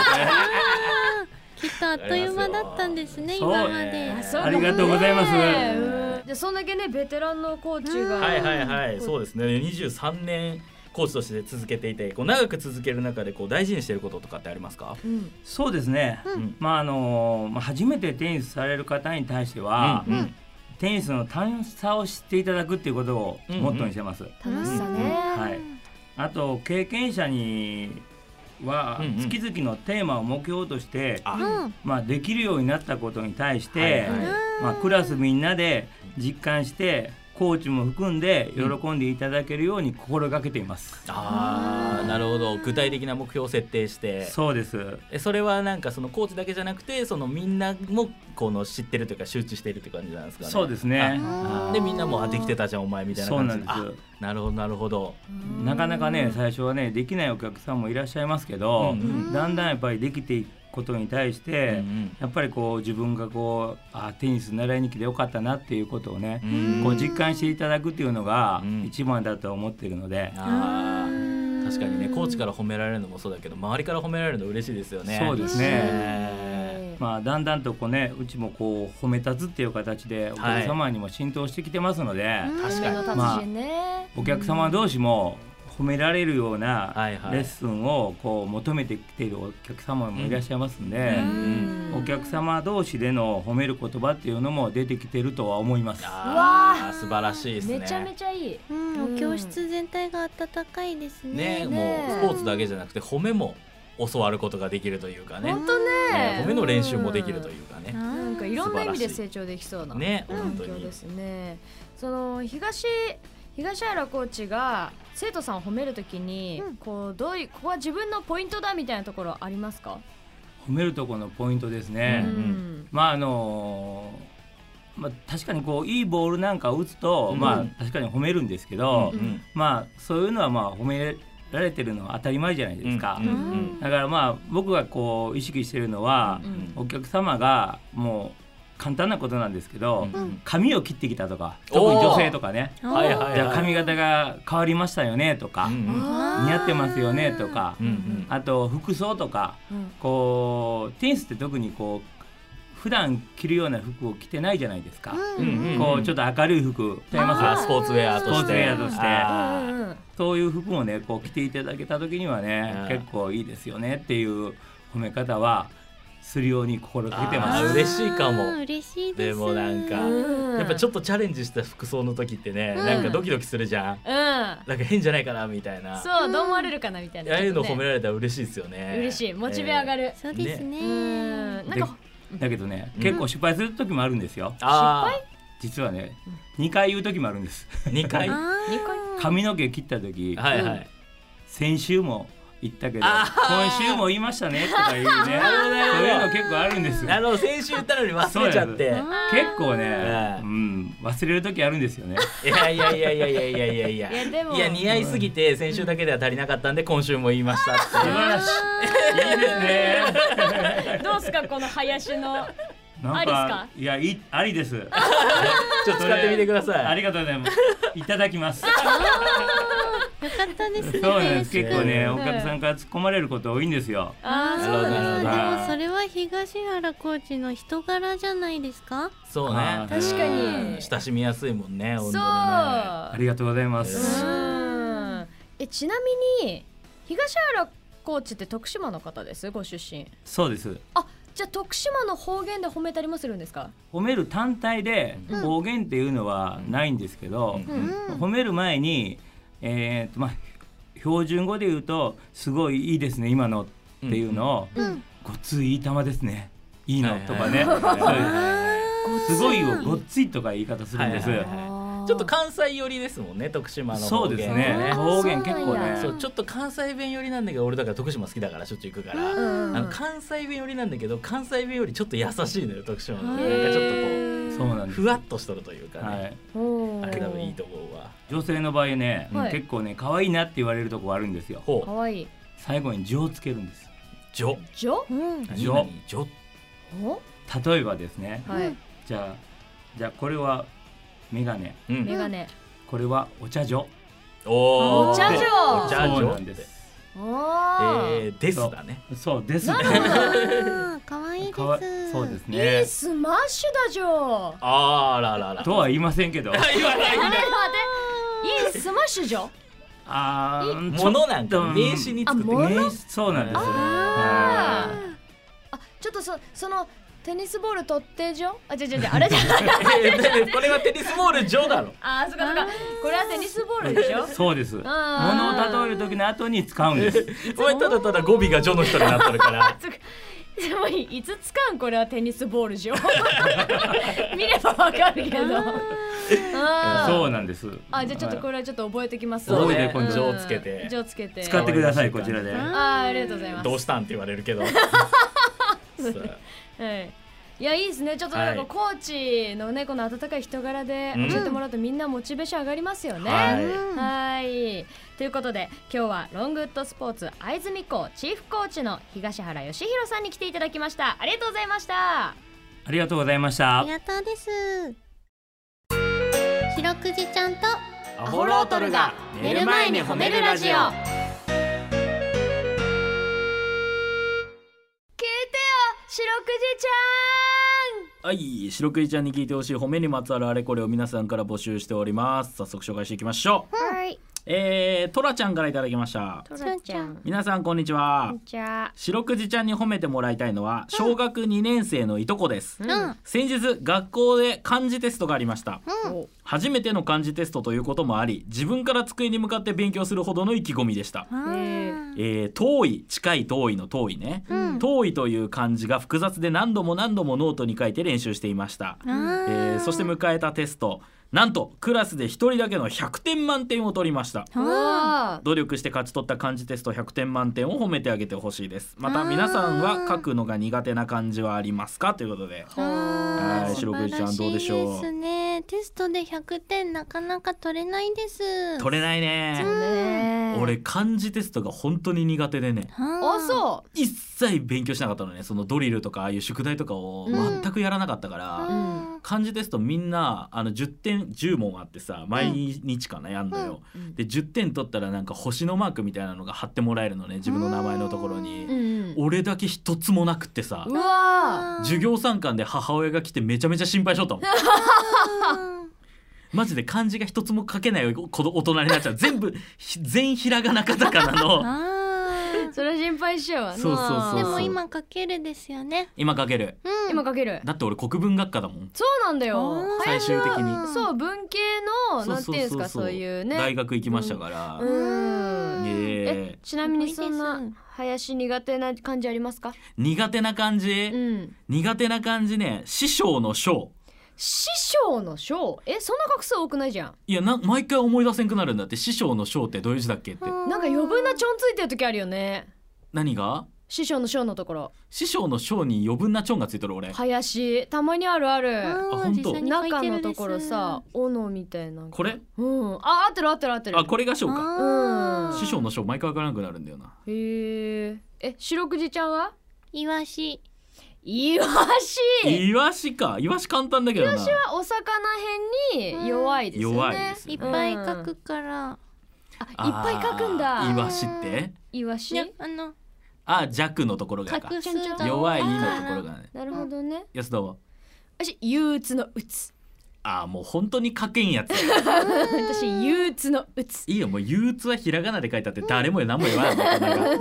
[SPEAKER 4] て
[SPEAKER 1] きっとあっという間だったんですね
[SPEAKER 4] そう
[SPEAKER 1] 今まで
[SPEAKER 4] あ
[SPEAKER 3] そう
[SPEAKER 4] ありがとうございます
[SPEAKER 3] ねうんでそんだけねベテランのコーチが
[SPEAKER 2] はいはいはいそうですね23年コーチとして続けていてこう長く続ける中でこう大事にしてることとかってありますか、
[SPEAKER 3] うん
[SPEAKER 4] そうですね、
[SPEAKER 2] ん
[SPEAKER 4] まああのまあ、初めてテニスされる方に対しては、
[SPEAKER 2] うんうん
[SPEAKER 4] テニスの楽しさを知っていただくっていうことを
[SPEAKER 2] うんうん
[SPEAKER 4] モットーにしてます、
[SPEAKER 3] 楽しさね
[SPEAKER 4] はい、あと経験者には
[SPEAKER 2] うんうん
[SPEAKER 4] 月々のテーマを目標として、
[SPEAKER 2] あ、
[SPEAKER 1] うん
[SPEAKER 4] まあ、できるようになったことに対して、
[SPEAKER 2] はいはい
[SPEAKER 4] まあ、クラスみんなで実感してコーチも含んで喜んでいただけるように心がけています、
[SPEAKER 2] あーなるほど具体的な目標を設定して
[SPEAKER 4] そうです
[SPEAKER 2] えそれはなんかそのコーチだけじゃなくてそのみんなもこの知ってるというか周知しているって感じなんですかね
[SPEAKER 4] そうですね
[SPEAKER 2] あ
[SPEAKER 4] はい
[SPEAKER 2] でみんなもあできてたじゃんお前みたいな
[SPEAKER 4] そう
[SPEAKER 2] 感
[SPEAKER 4] な
[SPEAKER 2] じ
[SPEAKER 4] んですよ
[SPEAKER 2] あなるほどなるほど
[SPEAKER 4] なかなかね最初はねできないお客さんもいらっしゃいますけど、
[SPEAKER 2] うんうん
[SPEAKER 4] だんだんやっぱりできていくことに対して、
[SPEAKER 2] うんうん
[SPEAKER 4] やっぱりこう自分がこうあテニス習いに来てよかったなっていうことをね
[SPEAKER 2] う、ん
[SPEAKER 4] こう実感していただくっていうのが
[SPEAKER 2] うん
[SPEAKER 4] 一番だと思ってるので、
[SPEAKER 2] あー確かにねコーチから褒められるのもそうだけど周りから褒められるの嬉しいですよね
[SPEAKER 4] そうですね、
[SPEAKER 2] え
[SPEAKER 4] まあ、だんだんとこうねうちもこう褒め立つっていう形でお客様にも浸透してきてますので、
[SPEAKER 2] ー確
[SPEAKER 3] 夢の
[SPEAKER 2] か
[SPEAKER 3] 達人ね
[SPEAKER 4] お客様同士も褒められるような
[SPEAKER 2] はいはい
[SPEAKER 4] レッスンをこう求めてきているお客様もいらっしゃいますんで、
[SPEAKER 2] に、う
[SPEAKER 3] うんん
[SPEAKER 4] お客様同士での褒める言葉っていうのも出てきてるとは思います。
[SPEAKER 3] う
[SPEAKER 2] あ
[SPEAKER 3] わ
[SPEAKER 2] ー素晴らしいですね
[SPEAKER 3] めちゃめちゃいい
[SPEAKER 1] うんお教室全体が温かいです
[SPEAKER 2] ね
[SPEAKER 1] ね
[SPEAKER 2] も
[SPEAKER 3] ね
[SPEAKER 2] うスポーツだけじゃなくて褒めも教わることができるというかね
[SPEAKER 3] 本当ね
[SPEAKER 2] ね褒めの練習もできるというかね、
[SPEAKER 3] なんかいろんな意味で成長できそうな
[SPEAKER 2] ね
[SPEAKER 3] 環
[SPEAKER 2] 本
[SPEAKER 3] 境
[SPEAKER 2] 当に
[SPEAKER 3] ですね。その東東原コーチが生徒さんを褒めるときに、
[SPEAKER 1] うん
[SPEAKER 3] こうどういうここは自分のポイントだみたいなところありますか、
[SPEAKER 4] 褒めるところのポイントですね、
[SPEAKER 2] うん
[SPEAKER 4] まああのーまあ、確かにこういいボールなんかを打つと、
[SPEAKER 2] うん
[SPEAKER 4] まあ、確かに褒めるんですけど、
[SPEAKER 3] うん
[SPEAKER 4] まあ、そういうのはまあ褒められてるのは当たり前じゃないですか、
[SPEAKER 2] うん
[SPEAKER 3] うん
[SPEAKER 4] だからまあ僕がこう意識してるのは、
[SPEAKER 3] うん
[SPEAKER 4] お客様がもう簡単なことなんですけど、
[SPEAKER 2] うん
[SPEAKER 4] 髪を切ってきたとか
[SPEAKER 2] おー
[SPEAKER 4] 特に女性とかね
[SPEAKER 1] うん
[SPEAKER 2] はいはい
[SPEAKER 4] じゃあ髪型が変わりましたよねとか、
[SPEAKER 2] うん
[SPEAKER 3] あー
[SPEAKER 4] 似合ってますよねとか
[SPEAKER 2] う、ん
[SPEAKER 4] あと服装とか
[SPEAKER 3] うん
[SPEAKER 4] こうテニスって特にこう普段着るような服を着てないじゃないですか、
[SPEAKER 2] うん
[SPEAKER 4] こうちょっと明るい服ちゃいます
[SPEAKER 2] あ
[SPEAKER 4] か
[SPEAKER 2] ースポーツウェアとして
[SPEAKER 4] スポーツウェアとして
[SPEAKER 2] あー
[SPEAKER 3] うんうんうん
[SPEAKER 4] そういう服をねこう着ていただけた時にはね
[SPEAKER 2] うん
[SPEAKER 4] 結構いいですよねっていう褒め方はするように心がけてま
[SPEAKER 2] あー
[SPEAKER 4] す。
[SPEAKER 2] 嬉しいかも
[SPEAKER 1] あー嬉しいです
[SPEAKER 2] でもなんか
[SPEAKER 3] うん
[SPEAKER 2] やっぱちょっとチャレンジした服装の時ってね、
[SPEAKER 1] うん
[SPEAKER 2] なんかドキドキするじゃん
[SPEAKER 3] うん
[SPEAKER 2] なんか変じゃないかなみたいな
[SPEAKER 3] そう、
[SPEAKER 1] うん
[SPEAKER 3] どう思われるかなみたいな
[SPEAKER 2] ああいうの褒め
[SPEAKER 3] る
[SPEAKER 2] られたら嬉しいですよね
[SPEAKER 3] 嬉しいモチベ上が
[SPEAKER 2] る、
[SPEAKER 3] る、
[SPEAKER 1] そうですね
[SPEAKER 3] うんなん
[SPEAKER 4] で
[SPEAKER 3] か
[SPEAKER 4] だけどね、
[SPEAKER 2] うん
[SPEAKER 4] 結構失敗する時もあるんですよ
[SPEAKER 2] えーあ
[SPEAKER 4] 実はね2回言う時もあるんです
[SPEAKER 2] あ2回は
[SPEAKER 1] あー
[SPEAKER 3] 二回
[SPEAKER 4] 髪の毛切った時、
[SPEAKER 2] いはい、
[SPEAKER 4] 先週も言ったけど
[SPEAKER 2] あー
[SPEAKER 4] 今週も言いましたねとか言うね そういうの結構あるんですよ
[SPEAKER 2] あの先週言ったのに忘れちゃって
[SPEAKER 1] あー
[SPEAKER 4] 結構ね
[SPEAKER 2] え、え
[SPEAKER 4] うん、忘れる時あるんですよね
[SPEAKER 2] いやいやいやいやいやいやいやいや
[SPEAKER 3] いやでも
[SPEAKER 2] いや似合いすぎて先週だけでは足りなかったんで今週も言いましたっ
[SPEAKER 4] 素
[SPEAKER 2] て
[SPEAKER 4] 晴らしいいいですね
[SPEAKER 3] どうすかこの 林の
[SPEAKER 4] なん
[SPEAKER 3] あ
[SPEAKER 4] か
[SPEAKER 3] り
[SPEAKER 4] いやいいありです
[SPEAKER 2] ちょっと使ってみてくだ
[SPEAKER 4] あ
[SPEAKER 2] さい
[SPEAKER 4] りがとうございますいただきます
[SPEAKER 1] よかったですね
[SPEAKER 4] そうなんで
[SPEAKER 1] 林
[SPEAKER 4] す結
[SPEAKER 1] くん
[SPEAKER 4] 構ね
[SPEAKER 2] うん
[SPEAKER 4] お客さんから突っ込まれること多いんですよ
[SPEAKER 1] ああ
[SPEAKER 3] あ
[SPEAKER 1] そ
[SPEAKER 2] なるほ
[SPEAKER 3] ー
[SPEAKER 1] う
[SPEAKER 2] ど
[SPEAKER 1] なんだ
[SPEAKER 4] なるほど
[SPEAKER 1] でもそれは東原コーチの人柄じゃないですか
[SPEAKER 2] そうね
[SPEAKER 4] あー
[SPEAKER 3] 確かに
[SPEAKER 2] うん親しみやすいもんね
[SPEAKER 3] そ
[SPEAKER 2] 本
[SPEAKER 3] う
[SPEAKER 2] 当にね
[SPEAKER 4] ありがとうございます
[SPEAKER 3] うんえちなみに東原コーチって徳島の方ですご出身
[SPEAKER 4] そうです
[SPEAKER 3] あじゃあ徳島の方言で褒めたりもするんですか
[SPEAKER 4] 褒める単体で
[SPEAKER 1] うん
[SPEAKER 4] 方言っていうのはないんですけど、
[SPEAKER 2] うん
[SPEAKER 1] うん
[SPEAKER 4] 褒める前に、えーとまあ、標準語で言うと「すごいいいですね今の」っていうのを「
[SPEAKER 1] うん
[SPEAKER 4] ごっついいい玉ですね」「いいの」とかね
[SPEAKER 2] はいはいはい
[SPEAKER 4] そう
[SPEAKER 1] あ
[SPEAKER 4] です「すごい」を「ごっつい」とか言い方するんです。
[SPEAKER 2] はいはいはいちょっと関西寄りですもんね徳島の
[SPEAKER 4] そ
[SPEAKER 2] 方
[SPEAKER 4] うです
[SPEAKER 1] あ
[SPEAKER 4] ね
[SPEAKER 1] ー
[SPEAKER 4] 方言結構ね
[SPEAKER 2] そうちょっと関西弁寄りなんだけど俺だから徳島好きだからしょっちゅう行くから、
[SPEAKER 1] うん
[SPEAKER 2] あの関西弁寄りなんだけど関西弁よりちょっと優しいのよ徳島の方が
[SPEAKER 1] へ
[SPEAKER 2] なんかちょっとこう
[SPEAKER 4] そう
[SPEAKER 3] っ
[SPEAKER 4] なんです
[SPEAKER 2] ふわっとしとるというか
[SPEAKER 4] は
[SPEAKER 2] ね、
[SPEAKER 4] い、
[SPEAKER 3] とこ
[SPEAKER 2] あれ多分いいと思うわ
[SPEAKER 4] 女性の場合ね、
[SPEAKER 3] はい
[SPEAKER 4] 結構ね可愛いなって言われるとこあるんですよ
[SPEAKER 3] か
[SPEAKER 2] ほう
[SPEAKER 3] わいい
[SPEAKER 4] 最後に「情」をつけるんです
[SPEAKER 2] じょ
[SPEAKER 3] じょ
[SPEAKER 1] うん
[SPEAKER 4] ジョ
[SPEAKER 2] 何ジョ
[SPEAKER 3] お
[SPEAKER 4] 例えばですね
[SPEAKER 3] は
[SPEAKER 1] う
[SPEAKER 3] い
[SPEAKER 1] ん
[SPEAKER 4] じゃあじゃあこれはメガネ
[SPEAKER 2] う
[SPEAKER 3] メ
[SPEAKER 2] ん
[SPEAKER 3] ガネ
[SPEAKER 4] これはお茶女
[SPEAKER 2] おー
[SPEAKER 3] お茶
[SPEAKER 2] で
[SPEAKER 3] 女
[SPEAKER 2] お茶女
[SPEAKER 4] そうなんです
[SPEAKER 3] お
[SPEAKER 2] えー、
[SPEAKER 3] ー
[SPEAKER 2] ですだね
[SPEAKER 4] そうですね
[SPEAKER 1] あー可愛いで
[SPEAKER 4] かわ
[SPEAKER 1] す
[SPEAKER 4] そうです
[SPEAKER 3] い
[SPEAKER 4] ね
[SPEAKER 3] いスマッシュだじょ
[SPEAKER 2] あららら
[SPEAKER 4] とは言いませんけど
[SPEAKER 2] 言わない
[SPEAKER 3] あれ待っていいスマッシュじょ
[SPEAKER 4] あーちょ
[SPEAKER 2] ものなんか名詞に作って
[SPEAKER 3] あもの
[SPEAKER 4] 名詞そうなんですよね
[SPEAKER 3] あ
[SPEAKER 4] はい
[SPEAKER 3] あちょっとそそのテニスボール取ってじょあじゃじゃじゃあれじゃ
[SPEAKER 2] えーこれはテニスボールジョだろ
[SPEAKER 3] あーそっかそっかこれはテニスボールでしょ
[SPEAKER 4] そうですも
[SPEAKER 3] あー
[SPEAKER 4] のを例える時の後に使うんです
[SPEAKER 2] お前ただただ語尾がジョの人になってるから
[SPEAKER 3] でもいつ使うんこれはテニスボールじょ 見ればわかるけどあー
[SPEAKER 4] そうなんです
[SPEAKER 3] あじゃあちょっとこれはちょっと覚えてきます
[SPEAKER 2] そう
[SPEAKER 4] 覚え
[SPEAKER 2] ね
[SPEAKER 4] て今度
[SPEAKER 2] ジョつけて
[SPEAKER 3] じょつけて
[SPEAKER 4] 使ってくださいこちらで
[SPEAKER 1] あ
[SPEAKER 3] あーありがとうございます
[SPEAKER 2] どうしたんって言われる けどさあ
[SPEAKER 3] はいいやいいですねちょっとなんか
[SPEAKER 2] はい
[SPEAKER 3] コーチのねこの温かい人柄で
[SPEAKER 2] うん
[SPEAKER 3] 教えてもらうとみんなモチベーション上がりますよね。
[SPEAKER 2] はい
[SPEAKER 3] はいということで今日はロングウッドスポーツ藍住校チーフコーチの東原義弘さんに来ていただきましたありがとうございました。
[SPEAKER 4] ありがとうございまし
[SPEAKER 1] あ
[SPEAKER 4] た
[SPEAKER 1] りがとうです白くじちゃんと
[SPEAKER 2] アホロートルが寝る前に褒めるラジオ
[SPEAKER 3] 聞いてよ白くじち
[SPEAKER 2] はい白クイちゃんに聞いてほしい褒めにまつわるあれこれを皆さんから募集しております早速紹介していきましょう
[SPEAKER 3] ゃんはい
[SPEAKER 2] えー、トラちゃんからいただきました
[SPEAKER 3] ト
[SPEAKER 1] ラちゃん
[SPEAKER 2] 皆さんこんにちは
[SPEAKER 3] じゃ
[SPEAKER 2] 白くじちゃんに褒めてもらいたいのは小学2年生のいとこです、
[SPEAKER 1] うんうん
[SPEAKER 2] 先日学校で漢字テストがありました
[SPEAKER 3] お
[SPEAKER 2] 初めての漢字テストということもあり自分から机に向かって勉強するほどの意気込みでした、
[SPEAKER 1] あ
[SPEAKER 3] え
[SPEAKER 1] ー
[SPEAKER 2] えー遠い近い遠いの遠いね、
[SPEAKER 1] うん
[SPEAKER 2] 遠いという漢字が複雑で何度も何度もノートに書いて練習していました、
[SPEAKER 1] あー
[SPEAKER 2] えーそして迎えたテストなんとクラスで1人だけの100点満点を取りました
[SPEAKER 1] あ
[SPEAKER 3] わあ
[SPEAKER 2] 努力して勝ち取った漢字テスト100点満点を褒めてあげてほしいですまた
[SPEAKER 1] あー
[SPEAKER 2] 皆さんは書くのが苦手な漢字はありますかということで
[SPEAKER 1] あ
[SPEAKER 2] は
[SPEAKER 1] ー
[SPEAKER 2] い白くじちゃんどうでしょ
[SPEAKER 1] 素晴
[SPEAKER 2] う
[SPEAKER 1] らいですねテストで100点なかなか取れないです
[SPEAKER 2] 取れないね
[SPEAKER 3] ねえ
[SPEAKER 2] 俺漢字テストが本当に苦手でね
[SPEAKER 1] あ
[SPEAKER 3] あそう
[SPEAKER 2] 一切勉強しなかったのねそのドリルとかああいう宿題とかを
[SPEAKER 3] うん
[SPEAKER 2] 全くやらなかったから、
[SPEAKER 1] う
[SPEAKER 3] うん
[SPEAKER 1] ん
[SPEAKER 2] 漢字テストみんなあの10点10問あってさ毎日かなやんのよ、
[SPEAKER 3] うん
[SPEAKER 2] で10点取ったらなんか星のマークみたいなのが貼ってもらえるのね自分の名前のところ
[SPEAKER 1] う
[SPEAKER 3] う
[SPEAKER 2] に、
[SPEAKER 3] ん
[SPEAKER 2] 俺だけ一つもなくってさ
[SPEAKER 3] うわ
[SPEAKER 2] 授業参観で母親が来てめちゃめちゃ心配しとったもん
[SPEAKER 1] うん
[SPEAKER 2] マジで漢字が一つも書けない子供大人になっちゃう全部ひ 全ひらがなカタカナ の
[SPEAKER 1] あ
[SPEAKER 3] あそれ心配しちゃうわな
[SPEAKER 2] そうそうそう
[SPEAKER 1] ーでも今かけるですよね
[SPEAKER 2] 今書ける
[SPEAKER 1] うん
[SPEAKER 3] 今かける
[SPEAKER 2] だって俺国文学科だもん
[SPEAKER 3] そうなんだよ
[SPEAKER 1] あー
[SPEAKER 2] 最終的 に
[SPEAKER 3] そう文系のなんていうんですかそういうね
[SPEAKER 2] 大学行きましたから、
[SPEAKER 3] うん
[SPEAKER 2] ねえ
[SPEAKER 3] えちなみにそ
[SPEAKER 1] す
[SPEAKER 3] ん
[SPEAKER 1] ごい
[SPEAKER 3] な
[SPEAKER 1] です
[SPEAKER 3] 林苦手な感じありますか
[SPEAKER 2] 苦手な漢字、
[SPEAKER 3] うん
[SPEAKER 2] 苦手な漢字ね師匠の章
[SPEAKER 3] 師匠の章えそんな画数多くないじゃん
[SPEAKER 2] いやな毎回思い出せんくなるんだって師匠の章ってどういう字だっけって
[SPEAKER 3] なんか余分なちょんついてる時あるよね
[SPEAKER 2] 何が
[SPEAKER 3] 師匠の章のところ
[SPEAKER 2] 師匠の章に余分なちょんがついてる俺
[SPEAKER 3] 林たまにあるある
[SPEAKER 1] あ
[SPEAKER 2] ほんと
[SPEAKER 3] 中のところさ斧みたいな
[SPEAKER 2] これ
[SPEAKER 3] うんあ合ってる合ってる合ってる
[SPEAKER 2] あこれが章か
[SPEAKER 3] うん
[SPEAKER 2] 師匠の章毎回わからなくなるんだよな
[SPEAKER 3] へええ白くじちゃんは
[SPEAKER 1] イワシ
[SPEAKER 3] イワシ
[SPEAKER 2] イワシかイワシ簡単だけどな
[SPEAKER 3] はお魚編に弱いですよね。
[SPEAKER 2] 弱いです
[SPEAKER 1] い
[SPEAKER 2] ね
[SPEAKER 1] っぱい書くから
[SPEAKER 3] あいっぱい書くん
[SPEAKER 2] あーイ
[SPEAKER 3] だ。
[SPEAKER 2] ワシって
[SPEAKER 3] イワ
[SPEAKER 1] い
[SPEAKER 3] シ
[SPEAKER 1] や。あの
[SPEAKER 2] あ弱のところがか
[SPEAKER 1] 画数が多から
[SPEAKER 2] 弱いのところがね
[SPEAKER 3] なるほどね。
[SPEAKER 2] 安田は
[SPEAKER 3] 私憂鬱の鬱。
[SPEAKER 2] あーもう本当に書けんやつ
[SPEAKER 3] 私憂鬱の鬱。
[SPEAKER 2] いいよもう憂鬱はひらがなで書いたって誰も何も言わないもん お前が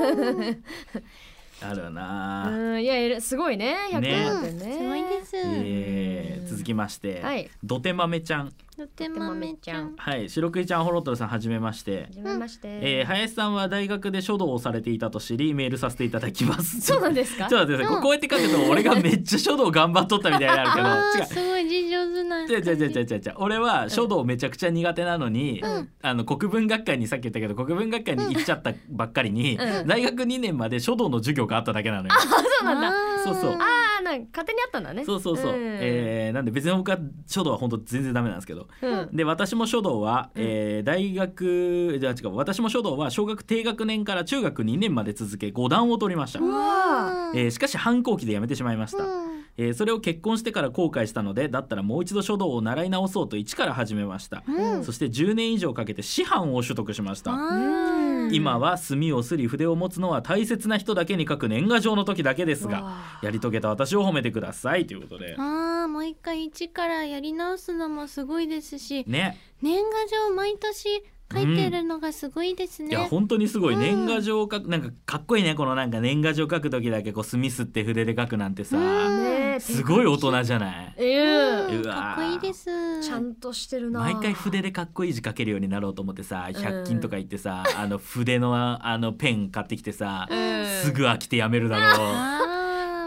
[SPEAKER 2] あるよ
[SPEAKER 3] う
[SPEAKER 2] な、
[SPEAKER 3] んいやえらすごいね100
[SPEAKER 2] ね
[SPEAKER 3] 点だったよ
[SPEAKER 1] すごい
[SPEAKER 3] ね。
[SPEAKER 1] です
[SPEAKER 2] えー続きまして、
[SPEAKER 3] はい
[SPEAKER 2] どてまめちゃん
[SPEAKER 1] とてもめちゃん
[SPEAKER 2] はい白クイちゃんホロトルさんはじめまして
[SPEAKER 3] は、じめまして。
[SPEAKER 2] えー林さんは大学で書道をされていたと知りメールさせていただきます
[SPEAKER 3] そうなん
[SPEAKER 2] で
[SPEAKER 3] ですか
[SPEAKER 2] ち。ょっと待ってください、
[SPEAKER 1] うん
[SPEAKER 2] こうやって書くと俺がめっちゃ書道頑張っとったみたいになるけど
[SPEAKER 1] あ
[SPEAKER 2] 違
[SPEAKER 1] ー
[SPEAKER 2] う
[SPEAKER 1] すごい字上手な
[SPEAKER 2] 違う違う違う違う違う俺は書道めちゃくちゃ苦手なのに、
[SPEAKER 3] うん
[SPEAKER 2] あの国文学会にさっき言ったけど国文学会に行っちゃったばっかりに、
[SPEAKER 3] うん
[SPEAKER 2] 大学2年まで書道の授業があっただけなのよ。
[SPEAKER 3] そうなんだ。
[SPEAKER 1] だ
[SPEAKER 2] そうそう
[SPEAKER 1] あ
[SPEAKER 3] ああなんか勝手にあったんだね。
[SPEAKER 2] そうそうそう、
[SPEAKER 3] ん
[SPEAKER 2] えーなんで別に僕は書道は本当全然ダメなんですけど
[SPEAKER 3] うん
[SPEAKER 2] で私も書道は、えー大学じゃあ違う私も書道は小学低学年から中学2年まで続け5段を取りました、
[SPEAKER 3] うわ
[SPEAKER 1] ー
[SPEAKER 2] えーしかし反抗期でやめてしまいました、
[SPEAKER 1] うん
[SPEAKER 2] えーそれを結婚してから後悔したのでだったらもう一度書道を習い直そうと一から始めました、
[SPEAKER 1] うん
[SPEAKER 2] そして10年以上かけて師範を取得しました
[SPEAKER 1] あー
[SPEAKER 2] 今は墨をすり筆を持つのは大切な人だけに書く年賀状の時だけです
[SPEAKER 3] う
[SPEAKER 2] が
[SPEAKER 3] わ
[SPEAKER 2] やり遂げた私を褒めてくださいということで
[SPEAKER 1] あーもう一回一からやり直すのもすごいですし
[SPEAKER 2] ね
[SPEAKER 1] 年賀状毎年書いてるのがすごいです
[SPEAKER 2] いや
[SPEAKER 1] ね、
[SPEAKER 2] 本当にすごい
[SPEAKER 1] うん
[SPEAKER 2] 年賀状を書くなんかかっこいいねこのなんか年賀状書く時だけこう墨すって筆で書くなんてさ
[SPEAKER 1] うん
[SPEAKER 3] ねえ
[SPEAKER 2] すごい大人じゃない
[SPEAKER 3] え
[SPEAKER 1] うん
[SPEAKER 2] う
[SPEAKER 1] かっ
[SPEAKER 2] わー
[SPEAKER 1] こいいです
[SPEAKER 3] えちゃんとしてるな。
[SPEAKER 2] 毎回筆でかっこいい字書けるようになろうと思ってさ100均とか行ってさあの筆のあのペン買ってきてさ
[SPEAKER 3] うん
[SPEAKER 2] すぐ飽きてやめるだろう。
[SPEAKER 1] あー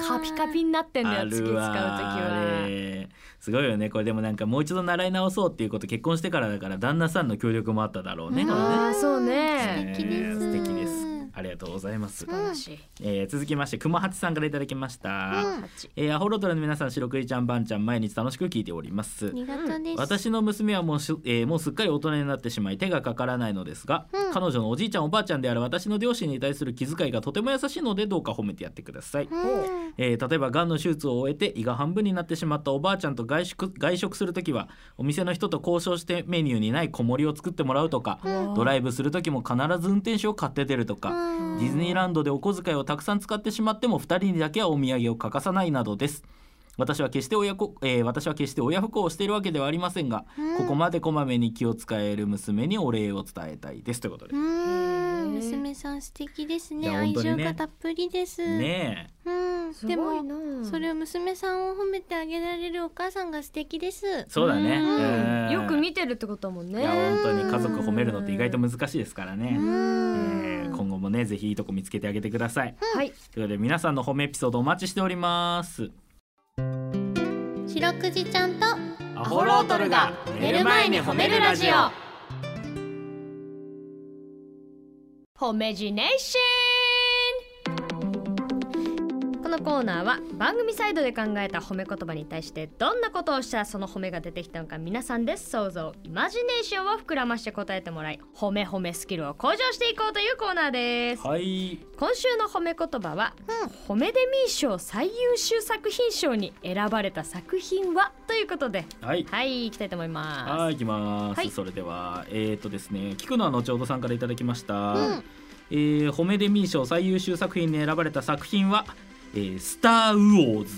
[SPEAKER 3] カピカピになってんだよ次使う
[SPEAKER 2] あ
[SPEAKER 3] 時は。
[SPEAKER 2] れすごいよねこれでもなんかもう一度習い直そうっていうこと結婚してからだから旦那さんの協力もあっただろうね
[SPEAKER 1] うん
[SPEAKER 2] これ
[SPEAKER 3] あ
[SPEAKER 2] ね
[SPEAKER 3] あそうね。
[SPEAKER 2] ね
[SPEAKER 1] 素敵です
[SPEAKER 2] 素敵ですありがとうございます、
[SPEAKER 1] ん
[SPEAKER 3] 楽しい。
[SPEAKER 2] えー続きまして熊八さんからいただきました、
[SPEAKER 1] うん
[SPEAKER 3] 八。
[SPEAKER 2] えーアホロトラの皆さん白クイちゃんばんちゃん毎日楽しく聞いております
[SPEAKER 1] ありがとうです
[SPEAKER 2] 私の娘はもうし、えーもうすっかり大人になってしまい手がかからないのですが、
[SPEAKER 1] うん
[SPEAKER 2] 彼女のおじいちゃんおばあちゃんである私の両親に対する気遣いがとても優しいのでどうか褒めてやってください、
[SPEAKER 1] うん
[SPEAKER 2] えー例えばがんの手術を終えて胃が半分になってしまったおばあちゃんと外食外食する時はお店の人と交渉してメニューにない小盛りを作ってもらうとかドライブする時も必ず運転手を買って出るとか
[SPEAKER 1] うん
[SPEAKER 2] ディズニーランドでお小遣いをたくさん使ってしまっても2人にだけはお土産を欠かさないなどです私は決して親子、えー私は決して親不孝をしているわけではありませんが、
[SPEAKER 1] うん
[SPEAKER 2] ここまでこまめに気を使える娘にお礼を伝えたいですということで
[SPEAKER 1] う、ん
[SPEAKER 3] へー
[SPEAKER 1] 娘さん素敵ですね
[SPEAKER 2] いや
[SPEAKER 1] 愛
[SPEAKER 2] 本当に
[SPEAKER 1] 情
[SPEAKER 2] ね
[SPEAKER 1] がたっぷりです、
[SPEAKER 2] ねえ
[SPEAKER 1] うん、
[SPEAKER 3] す
[SPEAKER 1] で
[SPEAKER 3] ご
[SPEAKER 1] も
[SPEAKER 3] いな。
[SPEAKER 1] それを娘さんを褒めてあげられるお母さんが素敵です
[SPEAKER 2] そうだね
[SPEAKER 3] うん
[SPEAKER 2] うん
[SPEAKER 3] よく見てるってことだもん
[SPEAKER 2] いや
[SPEAKER 3] ね。
[SPEAKER 2] 本当に家族褒めるのって意外と難しいですからね、
[SPEAKER 1] うん
[SPEAKER 2] えー今後もねぜひいいとこ見つけてあげてください、
[SPEAKER 3] はい。
[SPEAKER 2] ということで皆さんの褒めエピソードお待ちしております
[SPEAKER 1] 白くじちゃんと
[SPEAKER 4] ア
[SPEAKER 2] ホロートルが寝る前に褒めるラジオ
[SPEAKER 3] 褒めジネーションこのコーナーは番組サイドで考えた褒め言葉に対してどんなことをしたらその褒めが出てきたのか皆さんで想像イマジネーションを膨らまして答えてもらい褒め褒めスキルを向上していこうというコーナーです
[SPEAKER 4] はい
[SPEAKER 3] 今週の褒め言葉は、褒めデミー賞最優秀作品賞に選ばれた作品はということで
[SPEAKER 4] はい
[SPEAKER 3] はい行きたいと思います
[SPEAKER 4] はい行きます、
[SPEAKER 3] はい
[SPEAKER 4] それではえっ、とですね聞くのは後ほどさんからいただきました、
[SPEAKER 2] うん
[SPEAKER 4] えー褒めデミー賞最優秀作品に選ばれた作品は、えースター・ウォーズ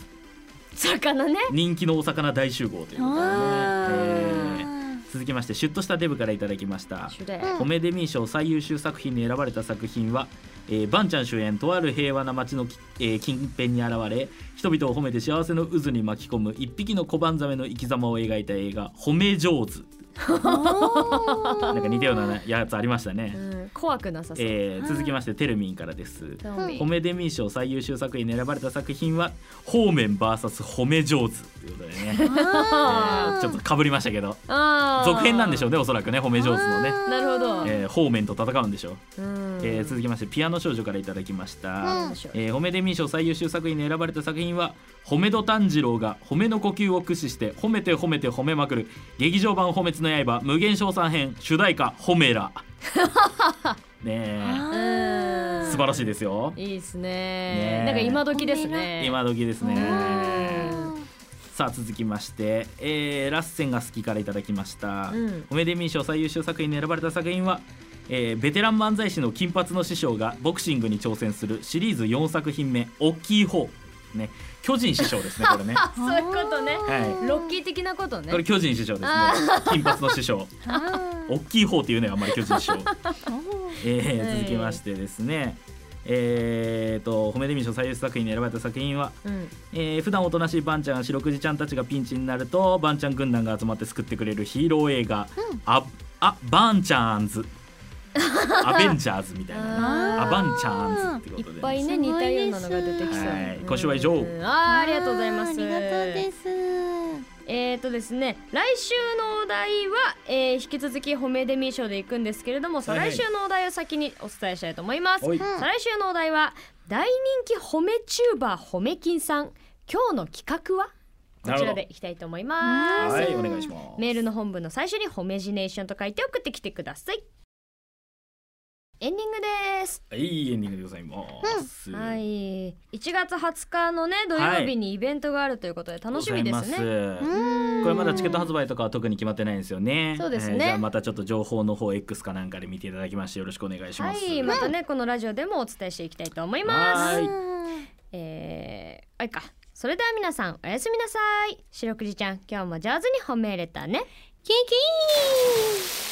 [SPEAKER 3] 魚ね
[SPEAKER 4] 人気のお魚大集合ということでね、
[SPEAKER 2] あ
[SPEAKER 4] えー
[SPEAKER 2] ー
[SPEAKER 4] 続きましてシュッとしたデブからいただきました
[SPEAKER 3] 一緒だよ
[SPEAKER 2] うん
[SPEAKER 4] 褒めデミー賞最優秀作品に選ばれた作品は、えー、バンちゃん主演とある平和な街のき、えー近辺に現れ人々を褒めて幸せの渦に巻き込む一匹の小判ザメの生き様を描いた映画「褒め上手」なんか似たようなやつありましたね、
[SPEAKER 3] うん怖くなさそう、
[SPEAKER 4] えー続きましてテルミンからです
[SPEAKER 3] トミー
[SPEAKER 4] 褒めデミー賞最優秀作品に選ばれた作品は「方面 VS 褒め上手」ということでね
[SPEAKER 3] あ
[SPEAKER 4] ちょっとかぶりましたけど
[SPEAKER 3] あー
[SPEAKER 4] 続編なんでしょうねおそらくね褒め上手のね、
[SPEAKER 3] なるほど、
[SPEAKER 4] えー方面と戦うんでしょう
[SPEAKER 3] うん
[SPEAKER 4] えー続きましてピアノ少女からいただきました、
[SPEAKER 2] うん
[SPEAKER 3] 面白い
[SPEAKER 4] えー褒めデミー賞最優秀作品に選ばれた作品は褒めど炭治郎が褒めの呼吸を駆使して褒めて褒めて褒めまくる劇場版褒めつの刃無限賞賛編主題歌褒めらね
[SPEAKER 3] う
[SPEAKER 4] え
[SPEAKER 3] ん
[SPEAKER 4] 素晴らしいですよ
[SPEAKER 3] いいですね
[SPEAKER 4] ね
[SPEAKER 3] なんか今時ですね
[SPEAKER 4] 今時ですね
[SPEAKER 3] うん
[SPEAKER 4] さあ続きまして、えーラッセンが好きからいただきました、
[SPEAKER 3] うん
[SPEAKER 4] 褒めデミー賞最優秀作品に選ばれた作品は、えーベテラン漫才師の金髪の師匠がボクシングに挑戦するシリーズ4作品目「大きい方」ね巨人師匠ですねこれね
[SPEAKER 3] あそういうことね
[SPEAKER 4] は
[SPEAKER 3] ロッキー的なことね
[SPEAKER 4] これ巨人師匠ですね金髪の師匠大きい方っていうねあんまり巨人師匠、えー
[SPEAKER 3] はい
[SPEAKER 4] 続きましてですねえー、と褒めデミー賞最優秀作品に選ばれた作品は
[SPEAKER 3] うん
[SPEAKER 4] えー普段おとなしいバンちゃん白くじちゃんたちがピンチになるとバンちゃん軍団が集まって救ってくれるヒーロー映画「ああバンちゃんズ」「アベンジャーズ」みたいなね「
[SPEAKER 3] あ
[SPEAKER 4] ア
[SPEAKER 3] ー
[SPEAKER 4] バンちゃんズ」って
[SPEAKER 3] い
[SPEAKER 4] こと
[SPEAKER 3] っ
[SPEAKER 4] で
[SPEAKER 3] ぱ
[SPEAKER 4] ね、
[SPEAKER 3] いね
[SPEAKER 2] すごい
[SPEAKER 3] 似たようなのが出てきそう。
[SPEAKER 4] はい
[SPEAKER 3] うん
[SPEAKER 4] 今週は以上
[SPEAKER 3] うんあーありがとうございます。
[SPEAKER 2] あーありがとうです。
[SPEAKER 3] えっ、とですね、来週のお題は、えー引き続き褒めデミー賞でいくんですけれども、再
[SPEAKER 4] はいはい
[SPEAKER 3] 来週のお題を先にお伝えしたいと思います。
[SPEAKER 4] おい
[SPEAKER 3] 再来週のお題は大人気褒めチューバー褒め金さん。今日の企画はこちらでいきたいと思います。
[SPEAKER 4] はいお願いします
[SPEAKER 3] メールの本文の最初に褒めジネーションと書いて送ってきてください。エンディングです。
[SPEAKER 4] いいエンディングでございます、
[SPEAKER 3] はい、1月20日のね土曜日にイベントがあるということで楽しみです
[SPEAKER 4] ござい
[SPEAKER 3] ね。
[SPEAKER 4] ます
[SPEAKER 2] うん
[SPEAKER 4] これまだチケット発売とかは特に決まってないんですよね
[SPEAKER 3] そうですね
[SPEAKER 4] えーじゃあまたちょっと情報の方 X かなんかで見ていただきましてよろしくお願いし
[SPEAKER 3] は
[SPEAKER 4] ます
[SPEAKER 3] い、またねこのラジオでもお伝えしていきたいと思います。
[SPEAKER 4] はい
[SPEAKER 3] えー、あいか。それでは皆さんおやすみなさい。白くじちゃん今日も上手に褒めれたね。
[SPEAKER 2] キンキン